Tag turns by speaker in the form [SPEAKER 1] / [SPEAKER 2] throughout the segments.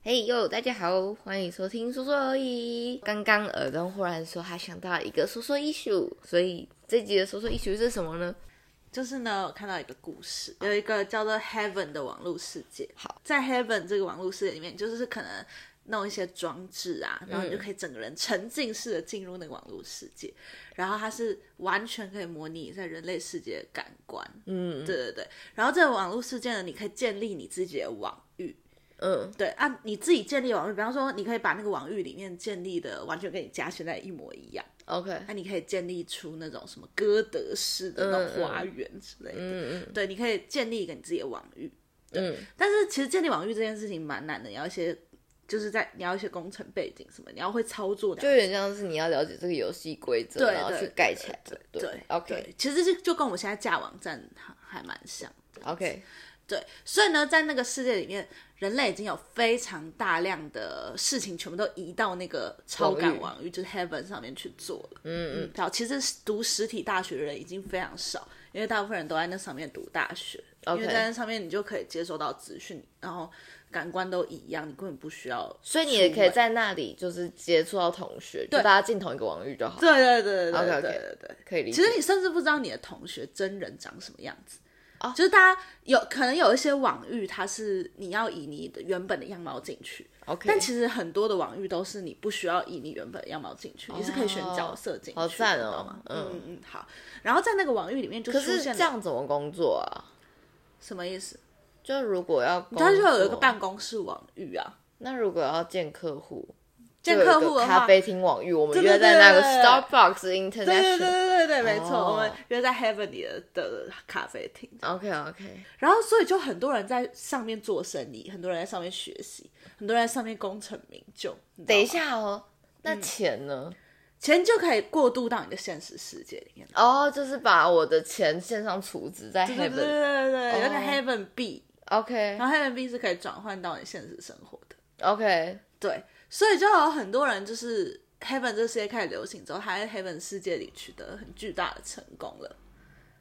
[SPEAKER 1] 嘿哟，大家好，欢迎收听说说而已。刚刚耳东忽然说他想到一个说说 issue，所以这集的说说 issue 是什么呢？
[SPEAKER 2] 就是呢，我看到一个故事，有一个叫做 Heaven 的网络世界。
[SPEAKER 1] 好，
[SPEAKER 2] 在 Heaven 这个网络世界里面，就是可能弄一些装置啊，然后
[SPEAKER 1] 嗯
[SPEAKER 2] 你就可以整个人沉浸式的进入那个网络世界，然后它是完全可以模拟在人类世界的感官。
[SPEAKER 1] 嗯
[SPEAKER 2] 对对对，然后这个网络世界呢，你可以建立你自己的网域。
[SPEAKER 1] 嗯，
[SPEAKER 2] 对啊，你自己建立网域，比方说，你可以把那个网域里面建立的完全跟你家现在一模一样。
[SPEAKER 1] ，OK，
[SPEAKER 2] 那、你可以建立出那种什么哥德式的那种花园之类的。
[SPEAKER 1] 嗯嗯
[SPEAKER 2] 对，你可以建立一个你自己的网域。
[SPEAKER 1] 嗯，
[SPEAKER 2] 但是其实建立网域这件事情蛮难的，你要一些就是在你要一些工程背景什么，你要会操作的。
[SPEAKER 1] 就有点像是你要了解这个游戏规则，
[SPEAKER 2] 对
[SPEAKER 1] 然后
[SPEAKER 2] 对
[SPEAKER 1] 去
[SPEAKER 2] 对
[SPEAKER 1] 盖起来的
[SPEAKER 2] 对，
[SPEAKER 1] 对
[SPEAKER 2] 对
[SPEAKER 1] ，OK
[SPEAKER 2] 对其实就就跟我们现在架网站还还蛮像的。
[SPEAKER 1] OK，
[SPEAKER 2] 对，所以呢，在那个世界里面，人类已经有非常大量的事情全部都移到那个超
[SPEAKER 1] 网
[SPEAKER 2] 感
[SPEAKER 1] 域
[SPEAKER 2] 网域，就是 Heaven 上面去做了。
[SPEAKER 1] 嗯
[SPEAKER 2] 嗯，好，其实读实体大学的人已经非常少，因为大部分人都在那上面读大学
[SPEAKER 1] OK
[SPEAKER 2] 因为在那上面你就可以接收到资讯，然后感官都一样，你根本不需要出门。
[SPEAKER 1] 所以你也可以在那里就是接触到同学，就
[SPEAKER 2] 对
[SPEAKER 1] 大家进同一个网域就好，
[SPEAKER 2] 对对对对对
[SPEAKER 1] OK，OK
[SPEAKER 2] 对对对。
[SPEAKER 1] 可以理解
[SPEAKER 2] 其实你甚至不知道你的同学真人长什么样子。
[SPEAKER 1] 哦
[SPEAKER 2] 就是大家有可能有一些网域，它是你要以你的原本的样貌进去，
[SPEAKER 1] ，OK，
[SPEAKER 2] 但其实很多的网域都是你不需要以你原本的样貌进去，你是可以选角色进去
[SPEAKER 1] 哦
[SPEAKER 2] 的，
[SPEAKER 1] 好赞哦
[SPEAKER 2] 你知道吗
[SPEAKER 1] 嗯
[SPEAKER 2] 嗯嗯嗯，好。然后在那个网域里面就
[SPEAKER 1] 可
[SPEAKER 2] 出
[SPEAKER 1] 是
[SPEAKER 2] 现
[SPEAKER 1] 这
[SPEAKER 2] 了
[SPEAKER 1] 样怎么工作啊？
[SPEAKER 2] 什么意思？
[SPEAKER 1] 就如果要工作，
[SPEAKER 2] 啊它就有一个办公室网域啊，
[SPEAKER 1] 那如果要见客户，
[SPEAKER 2] 见 客
[SPEAKER 1] 就有
[SPEAKER 2] 户
[SPEAKER 1] 一个
[SPEAKER 2] 的
[SPEAKER 1] 咖
[SPEAKER 2] 话，
[SPEAKER 1] 啡厅网域，我们
[SPEAKER 2] 对
[SPEAKER 1] 约
[SPEAKER 2] 对
[SPEAKER 1] 在那个
[SPEAKER 2] 对对对
[SPEAKER 1] Starbucks
[SPEAKER 2] 对对对
[SPEAKER 1] International。
[SPEAKER 2] 对对对，没错，
[SPEAKER 1] 哦
[SPEAKER 2] 我们约在 Heaven 里的的咖啡厅，
[SPEAKER 1] OK OK，
[SPEAKER 2] 然后所以就很多人在上面做生意，很多人在上面学习，很多人在上面功成名就。你知道吗
[SPEAKER 1] 等一，下哦，那
[SPEAKER 2] 嗯
[SPEAKER 1] 钱呢？
[SPEAKER 2] 钱就可以过渡到你的现实世界里面。
[SPEAKER 1] 哦，就是把我的钱线上储值在
[SPEAKER 2] 对对对
[SPEAKER 1] Heaven。
[SPEAKER 2] 对对，有
[SPEAKER 1] 哦
[SPEAKER 2] 点 Heaven 币，
[SPEAKER 1] OK
[SPEAKER 2] 然后 Heaven 币是可以转换到你现实生活的。
[SPEAKER 1] OK，
[SPEAKER 2] 对，所以就有很多人就是 Heaven 这些开始流行之后，他在 Heaven 世界里取得很巨大的成功了。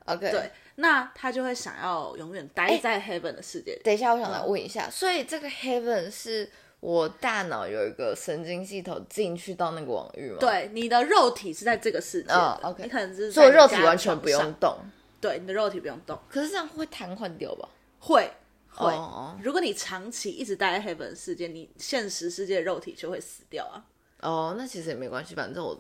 [SPEAKER 1] OK，
[SPEAKER 2] 对，，哎那他就会想要永远待在 Heaven 的世界里。
[SPEAKER 1] 等一下，我想来问一
[SPEAKER 2] 嗯
[SPEAKER 1] 下，所以这个 Heaven 是我大脑有一个神经系统进去到那个网域吗？，
[SPEAKER 2] 对，你的肉体是在这个世界的
[SPEAKER 1] 哦，OK
[SPEAKER 2] 你可能是
[SPEAKER 1] 所以我
[SPEAKER 2] 在你
[SPEAKER 1] 肉体
[SPEAKER 2] 家
[SPEAKER 1] 完全不
[SPEAKER 2] 床
[SPEAKER 1] 用
[SPEAKER 2] 上，
[SPEAKER 1] 动。
[SPEAKER 2] 对，你的肉体不用动，
[SPEAKER 1] 可是这样会瘫痪掉吧？
[SPEAKER 2] 会会。
[SPEAKER 1] 哦
[SPEAKER 2] 如果你长期一直待在 Heaven 世界，你现实世界的肉体就会死掉啊。
[SPEAKER 1] 哦，那其实也没关系，反正我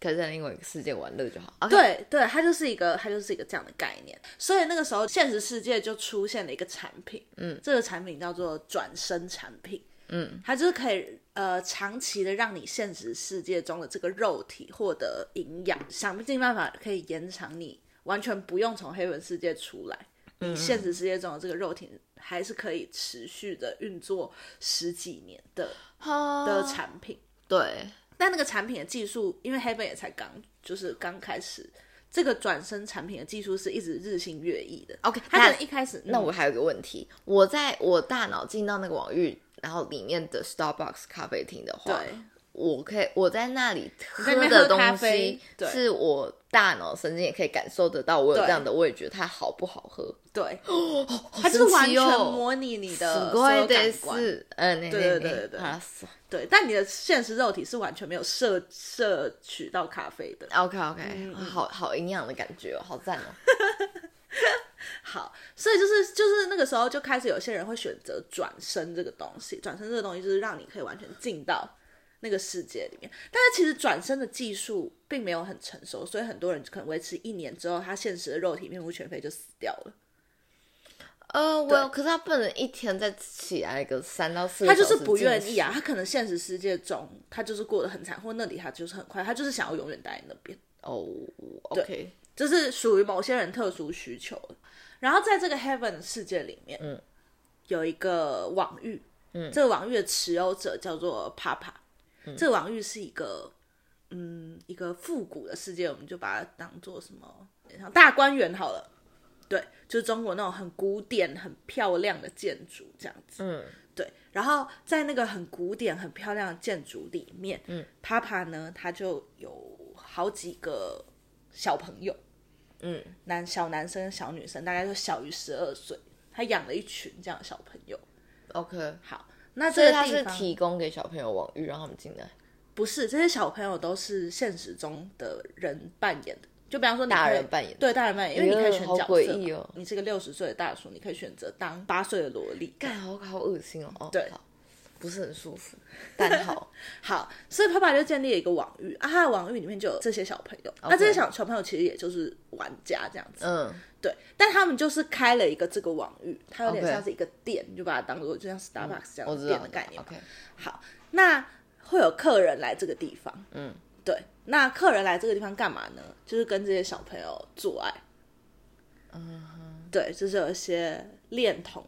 [SPEAKER 1] 可以在另外一个世界玩乐就好。OK，
[SPEAKER 2] 对对，它就是一个它就是一个这样的概念。所以那个时候，现实世界就出现了一个产品，嗯，这个产品叫做转生产品，嗯，它就是可以呃长期的让你现实世界中的这个肉体获得营养，想尽办法可以延长你完全不用从黑文世界出来。你现实世界中的这个肉体还是可以持续的运作十几年的
[SPEAKER 1] 哈
[SPEAKER 2] 的产品，
[SPEAKER 1] 对，
[SPEAKER 2] 但那个产品的技术，因为黑本也才刚就是刚开始，这个转身产品的技术是一直日新月异的。
[SPEAKER 1] OK，
[SPEAKER 2] 它
[SPEAKER 1] 那
[SPEAKER 2] 可能一开始，
[SPEAKER 1] 那
[SPEAKER 2] 嗯
[SPEAKER 1] 我还有一个问题，我在我大脑进到那个网域，然后里面的 Starbucks 咖啡厅的话，
[SPEAKER 2] 对
[SPEAKER 1] 我可以我在那里喝
[SPEAKER 2] 在那边
[SPEAKER 1] 的
[SPEAKER 2] 喝
[SPEAKER 1] 东
[SPEAKER 2] 咖啡
[SPEAKER 1] 西，
[SPEAKER 2] 对
[SPEAKER 1] 是我大脑神经也可以感受得到，我有
[SPEAKER 2] 对
[SPEAKER 1] 这样的味觉，它好不好喝？
[SPEAKER 2] 对，
[SPEAKER 1] 它
[SPEAKER 2] 它就是完全
[SPEAKER 1] 哦
[SPEAKER 2] 模拟你的
[SPEAKER 1] す
[SPEAKER 2] 所
[SPEAKER 1] ご
[SPEAKER 2] 有
[SPEAKER 1] いで
[SPEAKER 2] 感
[SPEAKER 1] す。
[SPEAKER 2] 官。
[SPEAKER 1] 嗯，ねね
[SPEAKER 2] 对对对
[SPEAKER 1] ね
[SPEAKER 2] 对对
[SPEAKER 1] 啊是
[SPEAKER 2] 对，但你的现实肉体是完全没有摄摄取到咖啡的。
[SPEAKER 1] ，OK
[SPEAKER 2] 嗯
[SPEAKER 1] OK，好好营养的感觉哦，好赞哦。
[SPEAKER 2] 好，所以就是就是那个时候就开始有些人会选择转身这个东西，转身这个东西就是让你可以完全进到那个世界里面。但是其实转身的技术并没有很成熟，所以很多人可能维持一年之后，他现实的肉体面目全非就死掉了。
[SPEAKER 1] 呃，我有可是他不能一天再起来个三到四个
[SPEAKER 2] 他
[SPEAKER 1] 小
[SPEAKER 2] 就
[SPEAKER 1] 时进
[SPEAKER 2] 是
[SPEAKER 1] 食，
[SPEAKER 2] 不愿意啊，他可能现实世界中他就是过得很惨，或那里他就是很快，他就是想要永远待在那边。
[SPEAKER 1] 哦，OK，
[SPEAKER 2] 这是属于某些人特殊需求的。然后在这个 Heaven 的世界里面，
[SPEAKER 1] 嗯
[SPEAKER 2] 有一个网域，嗯，这个网域的持有者叫做 Papa，、这个网域是一个，嗯，一个复古的世界，我们就把它当做什么像大观园好了，对，就是中国那种很古典、很漂亮的建筑这样子，
[SPEAKER 1] 嗯，
[SPEAKER 2] 对，然后在那个很古典、很漂亮的建筑里面，嗯，Papa 呢，他就有好几个小朋友，
[SPEAKER 1] 嗯，
[SPEAKER 2] 男小男生、小女生，大概就小于十二岁，他养了一群这样的小朋友。
[SPEAKER 1] OK，
[SPEAKER 2] 好，那
[SPEAKER 1] 所
[SPEAKER 2] 这
[SPEAKER 1] 以
[SPEAKER 2] 个
[SPEAKER 1] 它
[SPEAKER 2] 地
[SPEAKER 1] 是
[SPEAKER 2] 方
[SPEAKER 1] 提供给小朋友网域让他们进来，
[SPEAKER 2] 不是这些小朋友都是现实中的人扮演的，就比方说你
[SPEAKER 1] 大
[SPEAKER 2] 可以
[SPEAKER 1] 人扮演
[SPEAKER 2] 对大人扮演，因为你可以选
[SPEAKER 1] 哎呦好
[SPEAKER 2] 角
[SPEAKER 1] 诡
[SPEAKER 2] 色
[SPEAKER 1] 异
[SPEAKER 2] 嘛，
[SPEAKER 1] 哦
[SPEAKER 2] 你是个六十岁的大叔，你可以选择当八岁的萝莉。
[SPEAKER 1] 干好好恶心哦。哦
[SPEAKER 2] 对
[SPEAKER 1] 好不是很舒服，但好，
[SPEAKER 2] 好，所以爸爸就建立了一个网域啊，他的网域里面就有这些小朋
[SPEAKER 1] 哦
[SPEAKER 2] 友，那、这些小小朋友其实也就是玩家这样子，
[SPEAKER 1] 嗯，
[SPEAKER 2] 对，但他们就是开了一个这个网域，它有点
[SPEAKER 1] OK
[SPEAKER 2] 像是一个店，你就把它当做就像 Starbucks 这
[SPEAKER 1] 嗯
[SPEAKER 2] 样
[SPEAKER 1] 我
[SPEAKER 2] 子
[SPEAKER 1] 知
[SPEAKER 2] 店
[SPEAKER 1] 道
[SPEAKER 2] 的概念嘛。
[SPEAKER 1] OK，
[SPEAKER 2] 好，那会有客人来这个地方，嗯，对。那客人来这个地方干嘛呢？就是跟这些小朋友做爱，嗯对，就是有一些恋童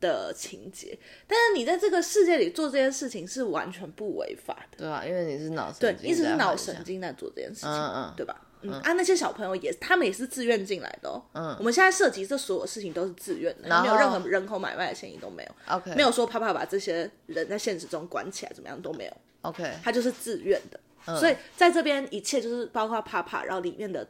[SPEAKER 2] 的情节。但是你在这个世界里做这件事情是完全不违法的，
[SPEAKER 1] 对啊，因为你是脑
[SPEAKER 2] 对
[SPEAKER 1] 神，经，
[SPEAKER 2] 一直是脑神，经在做这件事情，
[SPEAKER 1] 嗯嗯
[SPEAKER 2] 对吧？嗯啊，那些小朋友也，他们也是自愿进来的哦。嗯，我们现在涉及这所有事情都是自愿的，
[SPEAKER 1] 然后
[SPEAKER 2] 没有任何人口买卖的嫌疑都没有，
[SPEAKER 1] OK，
[SPEAKER 2] 没有说啪啪把这些人在现实中关起来怎么样都没有。
[SPEAKER 1] OK，
[SPEAKER 2] 它就是自愿的。
[SPEAKER 1] 嗯
[SPEAKER 2] 所以在这边一切就是包括帕帕，然后里面的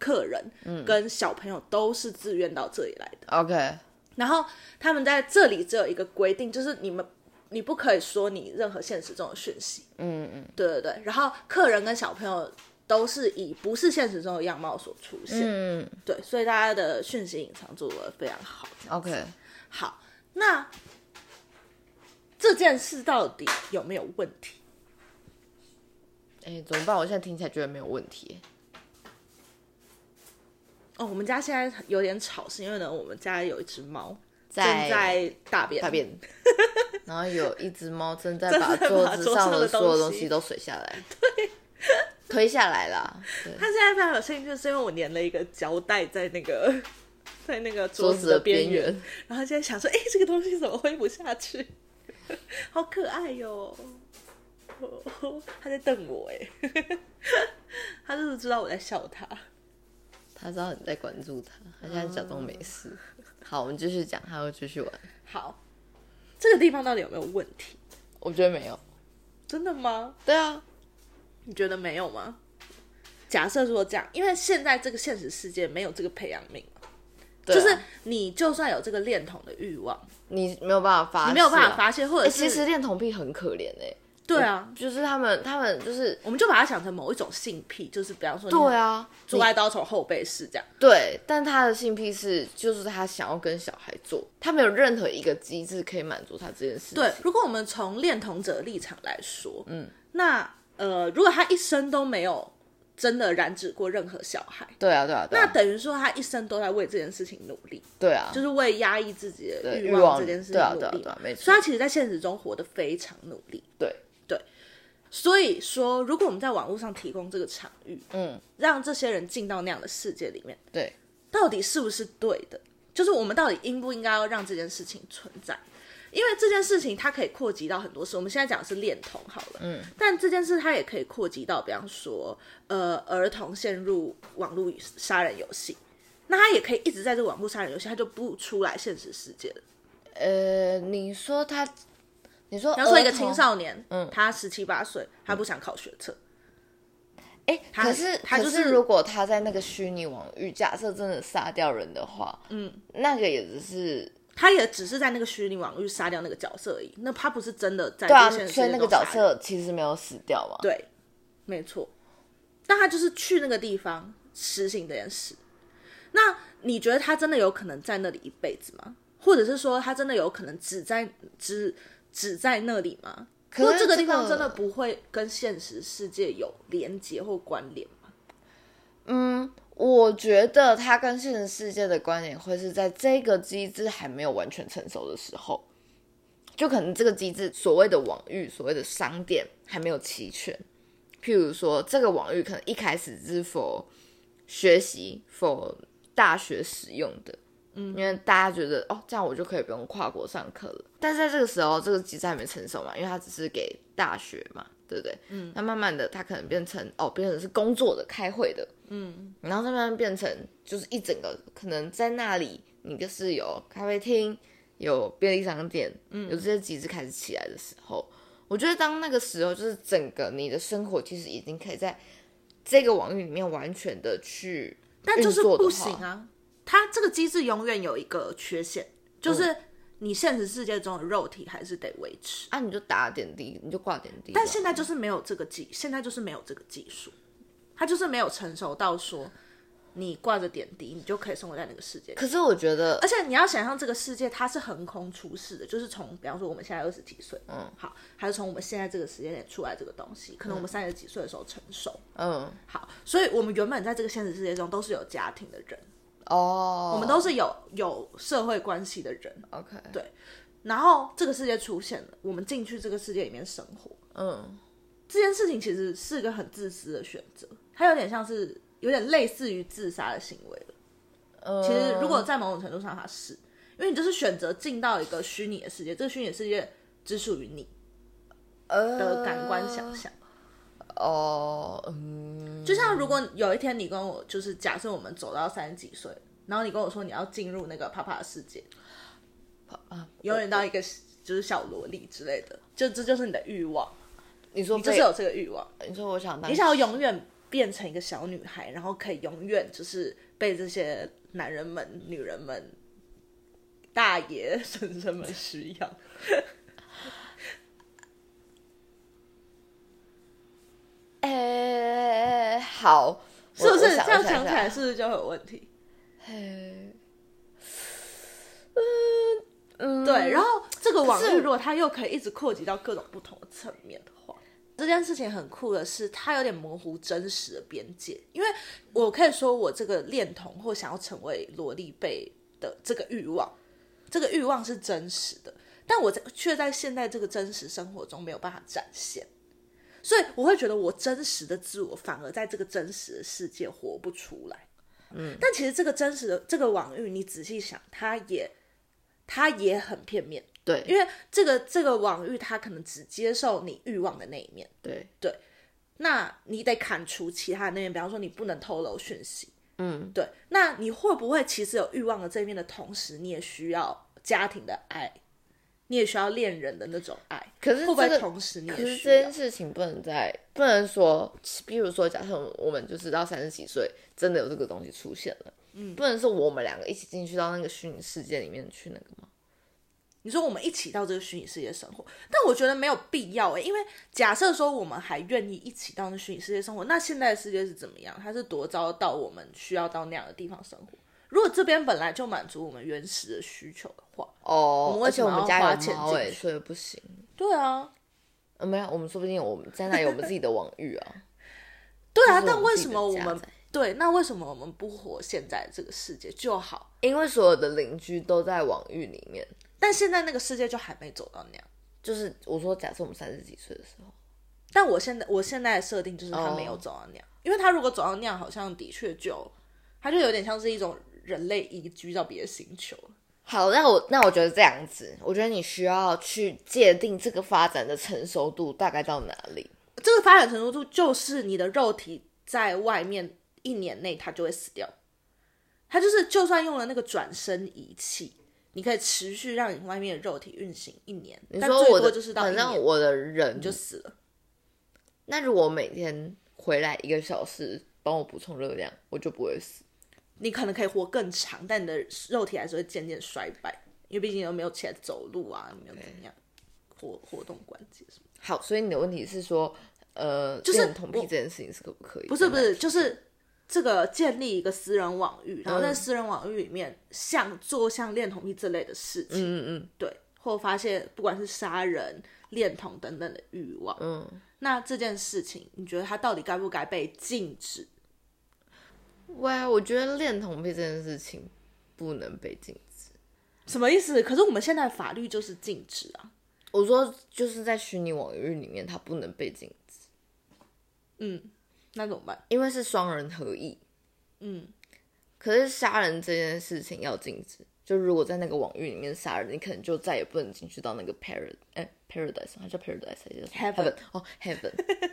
[SPEAKER 2] 客人
[SPEAKER 1] 嗯
[SPEAKER 2] 跟小朋友都是自愿到这里来的。
[SPEAKER 1] OK，
[SPEAKER 2] 然后他们在这里只有一个规定，就是你们你不可以说你任何现实中的讯息。
[SPEAKER 1] 嗯嗯
[SPEAKER 2] 对对对。然后客人跟小朋友都是以不是现实中的样貌所出现。
[SPEAKER 1] 嗯
[SPEAKER 2] 对，所以大家的讯息隐藏做得非常好。
[SPEAKER 1] ，OK，
[SPEAKER 2] 好，那这件事到底有没有问题？
[SPEAKER 1] 哎，怎么办？我现在听起来觉得没有问题。
[SPEAKER 2] 哦，我们家现在有点吵，是因为呢，我们家有一只猫正
[SPEAKER 1] 在
[SPEAKER 2] 在大便，
[SPEAKER 1] 大便， 然后有一只猫正在
[SPEAKER 2] 正
[SPEAKER 1] 把
[SPEAKER 2] 在
[SPEAKER 1] 桌
[SPEAKER 2] 把
[SPEAKER 1] 子
[SPEAKER 2] 桌
[SPEAKER 1] 上
[SPEAKER 2] 上
[SPEAKER 1] 的
[SPEAKER 2] 的
[SPEAKER 1] 所
[SPEAKER 2] 东
[SPEAKER 1] 有东
[SPEAKER 2] 西
[SPEAKER 1] 西都水下来， 对，推下来啦。对，
[SPEAKER 2] 它现在非常有兴趣，是因为我粘了一个胶带在那个 在那个桌
[SPEAKER 1] 子
[SPEAKER 2] 子
[SPEAKER 1] 的
[SPEAKER 2] 的边
[SPEAKER 1] 边
[SPEAKER 2] 缘
[SPEAKER 1] 缘，
[SPEAKER 2] 然后它现在想说，哎、这个东西怎么挥不下去？ 好可爱哟、 哦！它在瞪我 哎，它就是知道我在笑它。
[SPEAKER 1] 他知道你在关注他，他现在假装没
[SPEAKER 2] 啊
[SPEAKER 1] 事。好，我们继续讲，他会继续玩。
[SPEAKER 2] 好，这个地方到底有没有问题？
[SPEAKER 1] 我觉得没有。
[SPEAKER 2] 真的吗？
[SPEAKER 1] 对啊，
[SPEAKER 2] 你觉得没有吗？假设说这样，因为现在这个现实世界没有这个培养皿嘛，
[SPEAKER 1] 对啊
[SPEAKER 2] 就是你就算有这个恋童的欲望，
[SPEAKER 1] 你没有办法发，
[SPEAKER 2] 你没有办法。发泄，或
[SPEAKER 1] 哎，
[SPEAKER 2] 者是、
[SPEAKER 1] 其实恋童癖很可怜哎。
[SPEAKER 2] 对啊，
[SPEAKER 1] 就是他们，他们就是
[SPEAKER 2] 我们就把它想成某一种性癖，就是比方说
[SPEAKER 1] 对
[SPEAKER 2] 你
[SPEAKER 1] 啊，
[SPEAKER 2] 做爱刀从后背式这样，
[SPEAKER 1] 对，但他的性癖是，就是他想要跟小孩做，他没有任何一个机制可以满足他这件事情。
[SPEAKER 2] 对，，如果我们从恋童者的立场来说，嗯，那呃，如果他一生都没有真的染指过任何小孩，
[SPEAKER 1] 对啊，对啊，对
[SPEAKER 2] 那
[SPEAKER 1] 啊，
[SPEAKER 2] 等于说他一生都在为这件事情努力，
[SPEAKER 1] 对啊，
[SPEAKER 2] 就是为压抑自己的
[SPEAKER 1] 对
[SPEAKER 2] 欲
[SPEAKER 1] 欲望
[SPEAKER 2] 这件事情
[SPEAKER 1] 对啊
[SPEAKER 2] 努
[SPEAKER 1] 对啊
[SPEAKER 2] 力
[SPEAKER 1] 对啊
[SPEAKER 2] 嘛
[SPEAKER 1] 没错
[SPEAKER 2] 所以他其实，在现实中活得非常努力。
[SPEAKER 1] 对，
[SPEAKER 2] 所以说，如果我们在网络上提供这个场域，
[SPEAKER 1] 嗯，
[SPEAKER 2] 让这些人进到那样的世界里面，
[SPEAKER 1] 对，
[SPEAKER 2] 到底是不是对的？就是我们到底应不应该要让这件事情存在？因为这件事情它可以扩及到很多事。我们现在讲的是恋童好了，嗯，但这件事它也可以扩及到，比方说，呃，儿童陷入网络杀人游戏，那他也可以一直在这个网络杀人游戏，他就不出来现实世界了。
[SPEAKER 1] 呃，你说他，你说
[SPEAKER 2] 比
[SPEAKER 1] 要
[SPEAKER 2] 方说一个青，少年，嗯，他十七八岁，他不想考学测，
[SPEAKER 1] 哎，
[SPEAKER 2] 他
[SPEAKER 1] 可是
[SPEAKER 2] 他
[SPEAKER 1] 可
[SPEAKER 2] 就是
[SPEAKER 1] 是如果他在那个虚拟网域，假设真的杀掉人的话，嗯，那个也只是
[SPEAKER 2] 他也只是在那个虚拟网域杀掉那个角色而已，那他不是真的在
[SPEAKER 1] 对啊，
[SPEAKER 2] 这现实世
[SPEAKER 1] 所
[SPEAKER 2] 界
[SPEAKER 1] 以
[SPEAKER 2] 中
[SPEAKER 1] 那个角
[SPEAKER 2] 杀人
[SPEAKER 1] 色其实没有死掉嘛，
[SPEAKER 2] 对，没错。但他就是去那个地方实行这件事。那你觉得他真的有可能在那里一辈子吗？或者是说他真的有可能只在只只在那里吗？
[SPEAKER 1] 可是
[SPEAKER 2] 或这个地
[SPEAKER 1] 这
[SPEAKER 2] 方
[SPEAKER 1] 个
[SPEAKER 2] 真的不会跟现实世界有连结或关联吗？
[SPEAKER 1] 我觉得他跟现实世界的关联会是在这个机制还没有完全成熟的时候，就可能这个机制所谓的网域、所谓的商店还没有齐全。譬如说，这个网域可能一开始是否学习、否大学使用的，嗯，因为大家觉得哦，这样我就可以不用跨国上课了。但是在这个时候，这个机制还没成熟嘛，因为它只是给大学嘛，对不对？嗯，那慢慢的，它可能变成哦，变成是工作的、开会的，然后再慢慢变成就是一整个可能在那里，你就是有咖啡厅、有便利商店，嗯，有这些机制开始起来的时候，我觉得当那个时候，就是整个你的生活其实已经可以在这个网域里面完全的去
[SPEAKER 2] 但就是
[SPEAKER 1] 运作的
[SPEAKER 2] 不
[SPEAKER 1] 话
[SPEAKER 2] 行啊！他这个机制永远有一个缺陷，就是你现实世界中的肉体还是得维持。
[SPEAKER 1] 啊，你就打点滴，你就挂点滴吧。
[SPEAKER 2] 但现在就是没有这个技，现在就是没有这个技术，它就是没有成熟到说你挂着点滴，你就可以生活在那个世界里。
[SPEAKER 1] 可是我觉得
[SPEAKER 2] 而且你要想象这个世界它是横空出世的，就是从比方说我们现在二十几岁，嗯，好，还是从我们现在这个时间点出来这个东西，可能我们三十几岁的时候成熟，
[SPEAKER 1] 嗯，
[SPEAKER 2] 好，所以我们原本在这个现实世界中都是有家庭的人，
[SPEAKER 1] 哦，
[SPEAKER 2] 我们都是有有社会关系的人，
[SPEAKER 1] OK，
[SPEAKER 2] 对然后这个世界出现了，我们进去这个世界里面生活，
[SPEAKER 1] 嗯，
[SPEAKER 2] 这件事情其实是个很自私的选择，它有点像是有点类似于自杀的行为了。
[SPEAKER 1] 呃
[SPEAKER 2] 其实如果在某种程度上，它是因为你就是选择进到一个虚拟的世界，这个虚拟的世界只属于你的感官想象。
[SPEAKER 1] 呃哦，嗯，
[SPEAKER 2] 就像如果有一天你跟我，就是假设我们走到三十几岁，然后你跟我说你要进入那个啪啪的世界，
[SPEAKER 1] 啊，
[SPEAKER 2] 永远到一个就是小萝莉之类的，就这就是你的欲望，
[SPEAKER 1] 嗯你说
[SPEAKER 2] 你就是
[SPEAKER 1] 被
[SPEAKER 2] 有这个欲望。
[SPEAKER 1] 你说我想当
[SPEAKER 2] 你想要永远变成一个小女孩，然后可以永远就是被这些男人们、女人们、大爷、婶婶们需要。
[SPEAKER 1] 哎、好，
[SPEAKER 2] 是不
[SPEAKER 1] 我
[SPEAKER 2] 是
[SPEAKER 1] 我
[SPEAKER 2] 这
[SPEAKER 1] 想
[SPEAKER 2] 样
[SPEAKER 1] 我想一
[SPEAKER 2] 想起
[SPEAKER 1] 下
[SPEAKER 2] 来，是不是就会有问题？
[SPEAKER 1] 嗯，
[SPEAKER 2] 对，然后这个网
[SPEAKER 1] 可
[SPEAKER 2] 域
[SPEAKER 1] 是
[SPEAKER 2] 如果它又可以一直扩及到各种不同的层面的话，这件事情很酷的是，它有点模糊真实的边界。因为我可以说，我这个恋童或想要成为萝莉贝的这个欲望，这个欲望是真实的，但我在却在现在这个真实生活中没有办法展现。所以我会觉得，我真实的自我反而在这个真实的世界活不出来。嗯，但其实这个真实的这个网域，你仔细想，它也它也很片面，
[SPEAKER 1] 对
[SPEAKER 2] 因为这个这个网域它可能只接受你欲望的那一面，
[SPEAKER 1] 对，
[SPEAKER 2] 那你得砍除其他的那面，比方说你不能透露讯息，
[SPEAKER 1] 嗯，
[SPEAKER 2] 对，那你会不会其实有欲望的这一面的同时，你也需要家庭的爱，你也需要恋人的那种爱，
[SPEAKER 1] 可是
[SPEAKER 2] 会不会
[SPEAKER 1] 这个
[SPEAKER 2] 同时你
[SPEAKER 1] 可
[SPEAKER 2] 也
[SPEAKER 1] 是
[SPEAKER 2] 需
[SPEAKER 1] 这件
[SPEAKER 2] 要？
[SPEAKER 1] 事情不能在不能说，比如说，假设我们就是到三十几岁，真的有这个东西出现了，嗯，不能是我们两个一起进去到那个虚拟世界里面去那个吗？
[SPEAKER 2] 你说我们一起到这个虚拟世界生活，但我觉得没有必要诶、欸因为假设说我们还愿意一起到那虚拟世界生活，那现在的世界是怎么样？它是多糟到我们需要到那样的地方生活？如果这边本来就满足我们原始的需求的话，我
[SPEAKER 1] 哦，
[SPEAKER 2] 们为
[SPEAKER 1] 而
[SPEAKER 2] 什
[SPEAKER 1] 且我
[SPEAKER 2] 么
[SPEAKER 1] 们
[SPEAKER 2] 要
[SPEAKER 1] 家
[SPEAKER 2] 花
[SPEAKER 1] 有
[SPEAKER 2] 钱
[SPEAKER 1] 猫
[SPEAKER 2] 进
[SPEAKER 1] 哎，
[SPEAKER 2] 去
[SPEAKER 1] 所以不行。
[SPEAKER 2] 对啊，
[SPEAKER 1] 呃，没有，我们说不定我们在那有我们自己的网域啊。
[SPEAKER 2] 对啊，
[SPEAKER 1] 这是
[SPEAKER 2] 但
[SPEAKER 1] 我们
[SPEAKER 2] 为
[SPEAKER 1] 自己
[SPEAKER 2] 什
[SPEAKER 1] 的
[SPEAKER 2] 么我
[SPEAKER 1] 家
[SPEAKER 2] 们
[SPEAKER 1] 在
[SPEAKER 2] 对？那为什么我们不活现在这个世界就好？
[SPEAKER 1] 因为所有的邻居都在网域里面，
[SPEAKER 2] 但现在那个世界就还没走到那样。
[SPEAKER 1] 就是我说，假设我们三十几岁的时候，
[SPEAKER 2] 但我现在我现在的设定就是他
[SPEAKER 1] 哦
[SPEAKER 2] 没有走到那样，因为他如果走到那样，好像的确就他就有点像是一种人类移居到别的星球。
[SPEAKER 1] 好，那我那我觉得这样子，我觉得你需要去界定这个发展的成熟度大概到哪里。
[SPEAKER 2] 这个发展程度就就是你的肉体在外面一年内它就会死掉，它就是就算用了那个转生仪器。你可以持续让你外面的肉体运行一年，
[SPEAKER 1] 你
[SPEAKER 2] 但
[SPEAKER 1] 说
[SPEAKER 2] 最
[SPEAKER 1] 我
[SPEAKER 2] 多
[SPEAKER 1] 的，
[SPEAKER 2] 就是到
[SPEAKER 1] 反
[SPEAKER 2] 一年嗯
[SPEAKER 1] 正我的人
[SPEAKER 2] 就
[SPEAKER 1] 就，
[SPEAKER 2] 死了。
[SPEAKER 1] 那如果每天回来一个小时帮我补充热量，我就不会死。
[SPEAKER 2] 你可能可以活更长，但你的肉体还是会渐渐衰败，因为毕竟又没有起来走路啊，没有怎么样活活动关节什么。
[SPEAKER 1] 好，所以你的问题是说，呃，
[SPEAKER 2] 就是
[SPEAKER 1] 恋童癖
[SPEAKER 2] 我
[SPEAKER 1] 这件事情是可不可以？
[SPEAKER 2] 不是不是，就是这个建立一个私人网域，然后
[SPEAKER 1] 嗯
[SPEAKER 2] 在私人网域里面像做像恋童癖这类的事情，
[SPEAKER 1] 嗯嗯
[SPEAKER 2] 对，或发现不管是杀人、恋童等等的欲望，
[SPEAKER 1] 嗯。
[SPEAKER 2] 那这件事情你觉得它到底该不该被禁止？
[SPEAKER 1] 喂，啊我觉得恋童癖这件事情不能被禁止。
[SPEAKER 2] 什么意思？可是我们现在的法律就是禁止啊。
[SPEAKER 1] 我说就是在虚拟网域里面，它不能被禁止，
[SPEAKER 2] 嗯，那怎么办？
[SPEAKER 1] 因为是双人合意。
[SPEAKER 2] 嗯，
[SPEAKER 1] 可是杀人这件事情要禁止，就如果在那个网域里面杀人，你可能就再也不能进去到那个 parad 哎 paradise，它叫 paradise 还是叫什么
[SPEAKER 2] Heaven
[SPEAKER 1] 哦 heaven，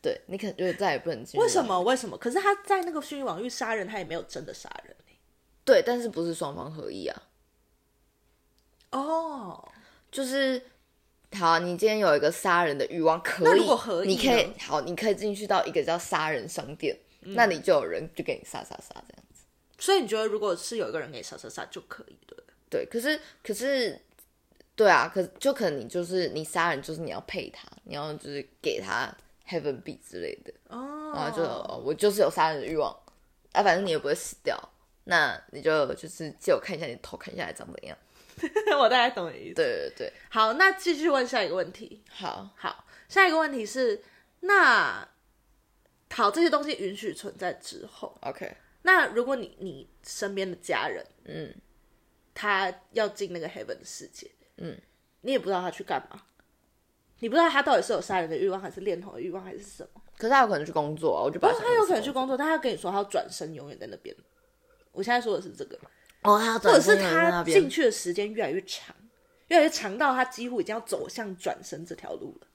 [SPEAKER 1] 对你可能就再也不能进去。
[SPEAKER 2] 为什？么？为什么？可是他在那个虚拟网域杀人，他也没有真的杀人欸
[SPEAKER 1] 对，但是不是双方合意啊？
[SPEAKER 2] 哦，
[SPEAKER 1] 就是好，啊你今天有一个杀人的欲望，可以，
[SPEAKER 2] 那如果合意
[SPEAKER 1] 你可以
[SPEAKER 2] 呢嗯
[SPEAKER 1] 好，你可以进去到一个叫杀人商店，那你就有人就给你杀杀杀这样子。
[SPEAKER 2] 所以你觉得如果是有一个人给杀杀杀就可以，对不对？
[SPEAKER 1] 对，可是可是对啊，可就可能你就是你杀人，就是你要配他，你要就是给他 heaven b 之类的，然后就、
[SPEAKER 2] 哦，
[SPEAKER 1] 哦我就是有杀人的欲望，啊，反正你也不会死掉，那你就就是借我看一下你头，看一下长怎样。
[SPEAKER 2] 我大概懂你的意思。
[SPEAKER 1] 对对对，
[SPEAKER 2] 好，那继续问下一个问题。
[SPEAKER 1] 好，
[SPEAKER 2] 好，下一个问题是，那好，这些东西允许存在之后，
[SPEAKER 1] OK，
[SPEAKER 2] 那如果你你身边的家人，
[SPEAKER 1] 嗯，
[SPEAKER 2] 他要进那个 heaven 的世界，
[SPEAKER 1] 嗯，
[SPEAKER 2] 你也不知道他去干嘛，你不知道他到底是有杀人的欲望，还是恋童的欲望，还是什么？
[SPEAKER 1] 可是他有可能去工作啊，我就把
[SPEAKER 2] 不
[SPEAKER 1] 他
[SPEAKER 2] 是，
[SPEAKER 1] 想
[SPEAKER 2] 哦他有可能
[SPEAKER 1] 成
[SPEAKER 2] 去工作，但他跟你说他要转身，永远在那边。我现在说的是这个，
[SPEAKER 1] 哦，他要
[SPEAKER 2] 或
[SPEAKER 1] 转
[SPEAKER 2] 者是
[SPEAKER 1] 身有人在那
[SPEAKER 2] 他
[SPEAKER 1] 边
[SPEAKER 2] 进去的时间越来越长，越来越长到他几乎已经要走向转身这条路了。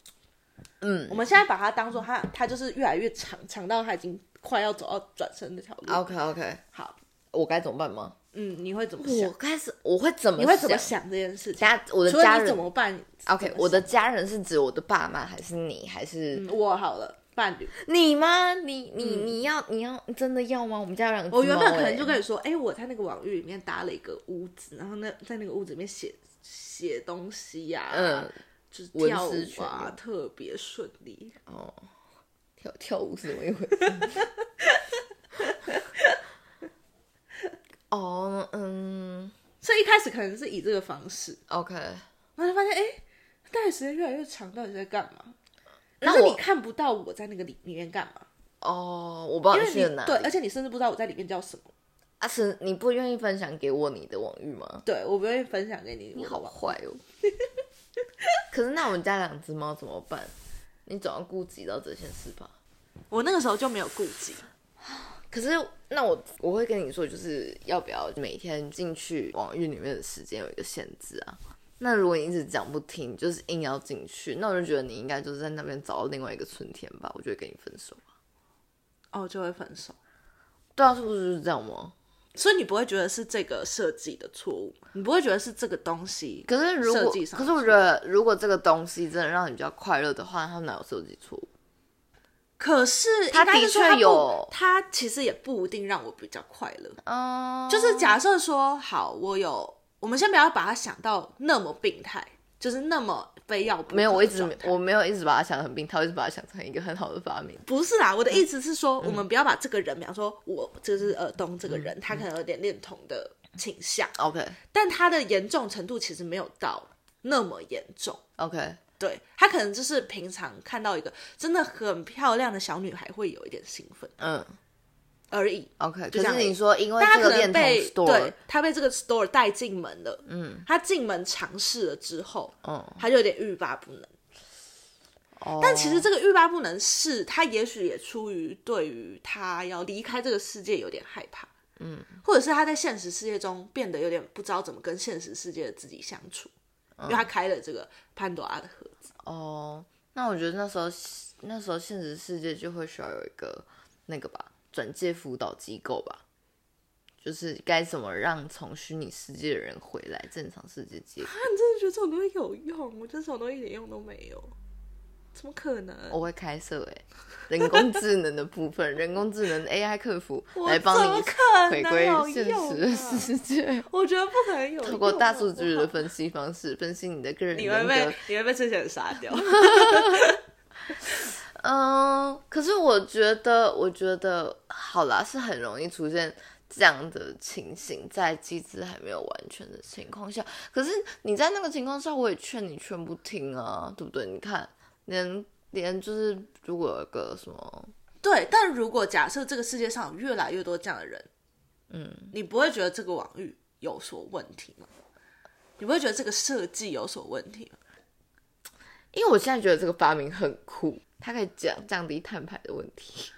[SPEAKER 1] 嗯，
[SPEAKER 2] 我们现在把它当做他，他就是越来越长，长到他已经快要走到转身这条路。
[SPEAKER 1] OK OK，
[SPEAKER 2] 好，
[SPEAKER 1] 我该怎么办吗？
[SPEAKER 2] 嗯，你会怎么
[SPEAKER 1] 我
[SPEAKER 2] 想？
[SPEAKER 1] 开始我会怎么
[SPEAKER 2] 你会怎么？想这件事情？
[SPEAKER 1] 家我的
[SPEAKER 2] 除了
[SPEAKER 1] 家
[SPEAKER 2] 你
[SPEAKER 1] 人
[SPEAKER 2] 怎么办
[SPEAKER 1] OK，我的家人是指我的爸妈，还是你，还是、
[SPEAKER 2] 嗯我好了，伴侣。
[SPEAKER 1] 你吗？你你、你要你要真的要吗？我们家有两个、
[SPEAKER 2] 嗯我原本可能就跟你说，哎、我在那个网域里面搭了一个屋子，然后那在那个屋子里面写写东西呀、
[SPEAKER 1] 嗯
[SPEAKER 2] 就是
[SPEAKER 1] 文
[SPEAKER 2] 跳
[SPEAKER 1] 思
[SPEAKER 2] 舞
[SPEAKER 1] 泉
[SPEAKER 2] 啊
[SPEAKER 1] 涌，
[SPEAKER 2] 特别顺利。
[SPEAKER 1] 哦，跳跳舞是怎么一回 事？哦，嗯
[SPEAKER 2] 所以一开始可能是以这个方式，
[SPEAKER 1] ，OK，
[SPEAKER 2] 然后就发现，哎、到底时间越来越长，到底在干嘛？可
[SPEAKER 1] 那
[SPEAKER 2] 是你
[SPEAKER 1] 我
[SPEAKER 2] 看不到我在那个里里面干嘛，
[SPEAKER 1] 哦，我不知
[SPEAKER 2] 因
[SPEAKER 1] 道
[SPEAKER 2] 为
[SPEAKER 1] 你
[SPEAKER 2] 你
[SPEAKER 1] 去了哪
[SPEAKER 2] 对，
[SPEAKER 1] 里
[SPEAKER 2] 而且你甚至不知道我在里面叫什么。
[SPEAKER 1] 啊，是你不愿意分享给我你的网域吗？
[SPEAKER 2] 对，我不会分享给你。
[SPEAKER 1] 你
[SPEAKER 2] 我
[SPEAKER 1] 好
[SPEAKER 2] 好吧？
[SPEAKER 1] 坏哦。可是那我们家两只猫怎么办？你总要顾及到这些事吧？
[SPEAKER 2] 我那个时候就没有顾忌，
[SPEAKER 1] 可是，那我我会跟你说，就是要不要每天进去网域里面的时间有一个限制啊？那如果你一直讲不听，就是硬要进去，那我就觉得你应该就是在那边找到另外一个春天吧，我就会跟你分手啊。
[SPEAKER 2] 哦，就会分手。
[SPEAKER 1] 对啊，是不是就是这样吗？
[SPEAKER 2] 所以你不会觉得是这个设计的错误，你不会觉得是这个东西
[SPEAKER 1] 可是如
[SPEAKER 2] 设
[SPEAKER 1] 果
[SPEAKER 2] 计，上
[SPEAKER 1] 可是我觉得如果这个东西真的让你比较快乐的话，它哪有设计错误？
[SPEAKER 2] 可是
[SPEAKER 1] 他
[SPEAKER 2] 应该是说
[SPEAKER 1] 的确
[SPEAKER 2] 他不
[SPEAKER 1] 有
[SPEAKER 2] 他其实也不一定让我比较快乐。
[SPEAKER 1] 哦、
[SPEAKER 2] 就是假设说，好，我有，我们先不要把它想到那么病态，就是那么非要不
[SPEAKER 1] 没有，
[SPEAKER 2] 可
[SPEAKER 1] 我一
[SPEAKER 2] 的
[SPEAKER 1] 直
[SPEAKER 2] 状
[SPEAKER 1] 没
[SPEAKER 2] 态
[SPEAKER 1] 我没有一直把它想得很病态，我一直把它想成一个很好的发明。
[SPEAKER 2] 不是啦，我的意思是
[SPEAKER 1] 嗯
[SPEAKER 2] 说，我们不要把这个人，比方说我就是呃东这个人，他可能有点恋童的倾向，
[SPEAKER 1] OK
[SPEAKER 2] 但他的严重程度其实没有到那么严重。
[SPEAKER 1] OK，
[SPEAKER 2] 对他可能就是平常看到一个真的很漂亮的小女孩会有一点兴奋
[SPEAKER 1] 嗯
[SPEAKER 2] 而已，
[SPEAKER 1] OK。
[SPEAKER 2] 就
[SPEAKER 1] 可
[SPEAKER 2] 这样
[SPEAKER 1] 是你说因为
[SPEAKER 2] 但他
[SPEAKER 1] 这
[SPEAKER 2] 可
[SPEAKER 1] 个
[SPEAKER 2] 能
[SPEAKER 1] 恋童
[SPEAKER 2] 被
[SPEAKER 1] store，
[SPEAKER 2] 对他被这个 store 带进门了，嗯，他进门尝试了之后，
[SPEAKER 1] 嗯，
[SPEAKER 2] 他就有点欲罢不能。
[SPEAKER 1] 哦
[SPEAKER 2] 但其实这个欲罢不能是他也许也出于对于他要离开这个世界有点害怕，嗯，或者是他在现实世界中变得有点不知道怎么跟现实世界的自己相处，因为他开了这个潘多拉的盒子。
[SPEAKER 1] 哦，那我觉得那时候那时候现实世界就会需要有一个那个吧，转介辅导机构吧，就是该怎么让从虚拟世界的人回来正常世界接轨。
[SPEAKER 2] 啊那你真的觉得这种东西有用？我觉得这种东西一点用都没有，怎么可能？
[SPEAKER 1] 我会开设哎、人工智能的部分，人工智能 AI 客服
[SPEAKER 2] 我
[SPEAKER 1] 来帮
[SPEAKER 2] 怎么
[SPEAKER 1] 你
[SPEAKER 2] 可
[SPEAKER 1] 回
[SPEAKER 2] 能
[SPEAKER 1] 归
[SPEAKER 2] 有
[SPEAKER 1] 现
[SPEAKER 2] 用
[SPEAKER 1] 实的
[SPEAKER 2] 啊
[SPEAKER 1] 世 界。
[SPEAKER 2] 我觉得不可能有
[SPEAKER 1] 透过大数
[SPEAKER 2] 用
[SPEAKER 1] 据
[SPEAKER 2] 好
[SPEAKER 1] 的
[SPEAKER 2] 不好
[SPEAKER 1] 分析方式，分析你的个人
[SPEAKER 2] 你会
[SPEAKER 1] 人格
[SPEAKER 2] 被。你会被这些人杀掉。
[SPEAKER 1] 嗯，可是我觉得，我觉得好啦，是很容易出现这样的情形，在机制还没有完全的情况下。可是你在那个情况下，我也劝你劝不听啊，对不对？你看，连连就是如果有个什么，
[SPEAKER 2] 对，但如果假设这个世界上有越来越多这样的人，嗯，你不会觉得这个网域有所问题吗？你不会觉得这个设计有所问题吗？
[SPEAKER 1] 因为我现在觉得这个发明很酷，它可以降降低碳排的问题。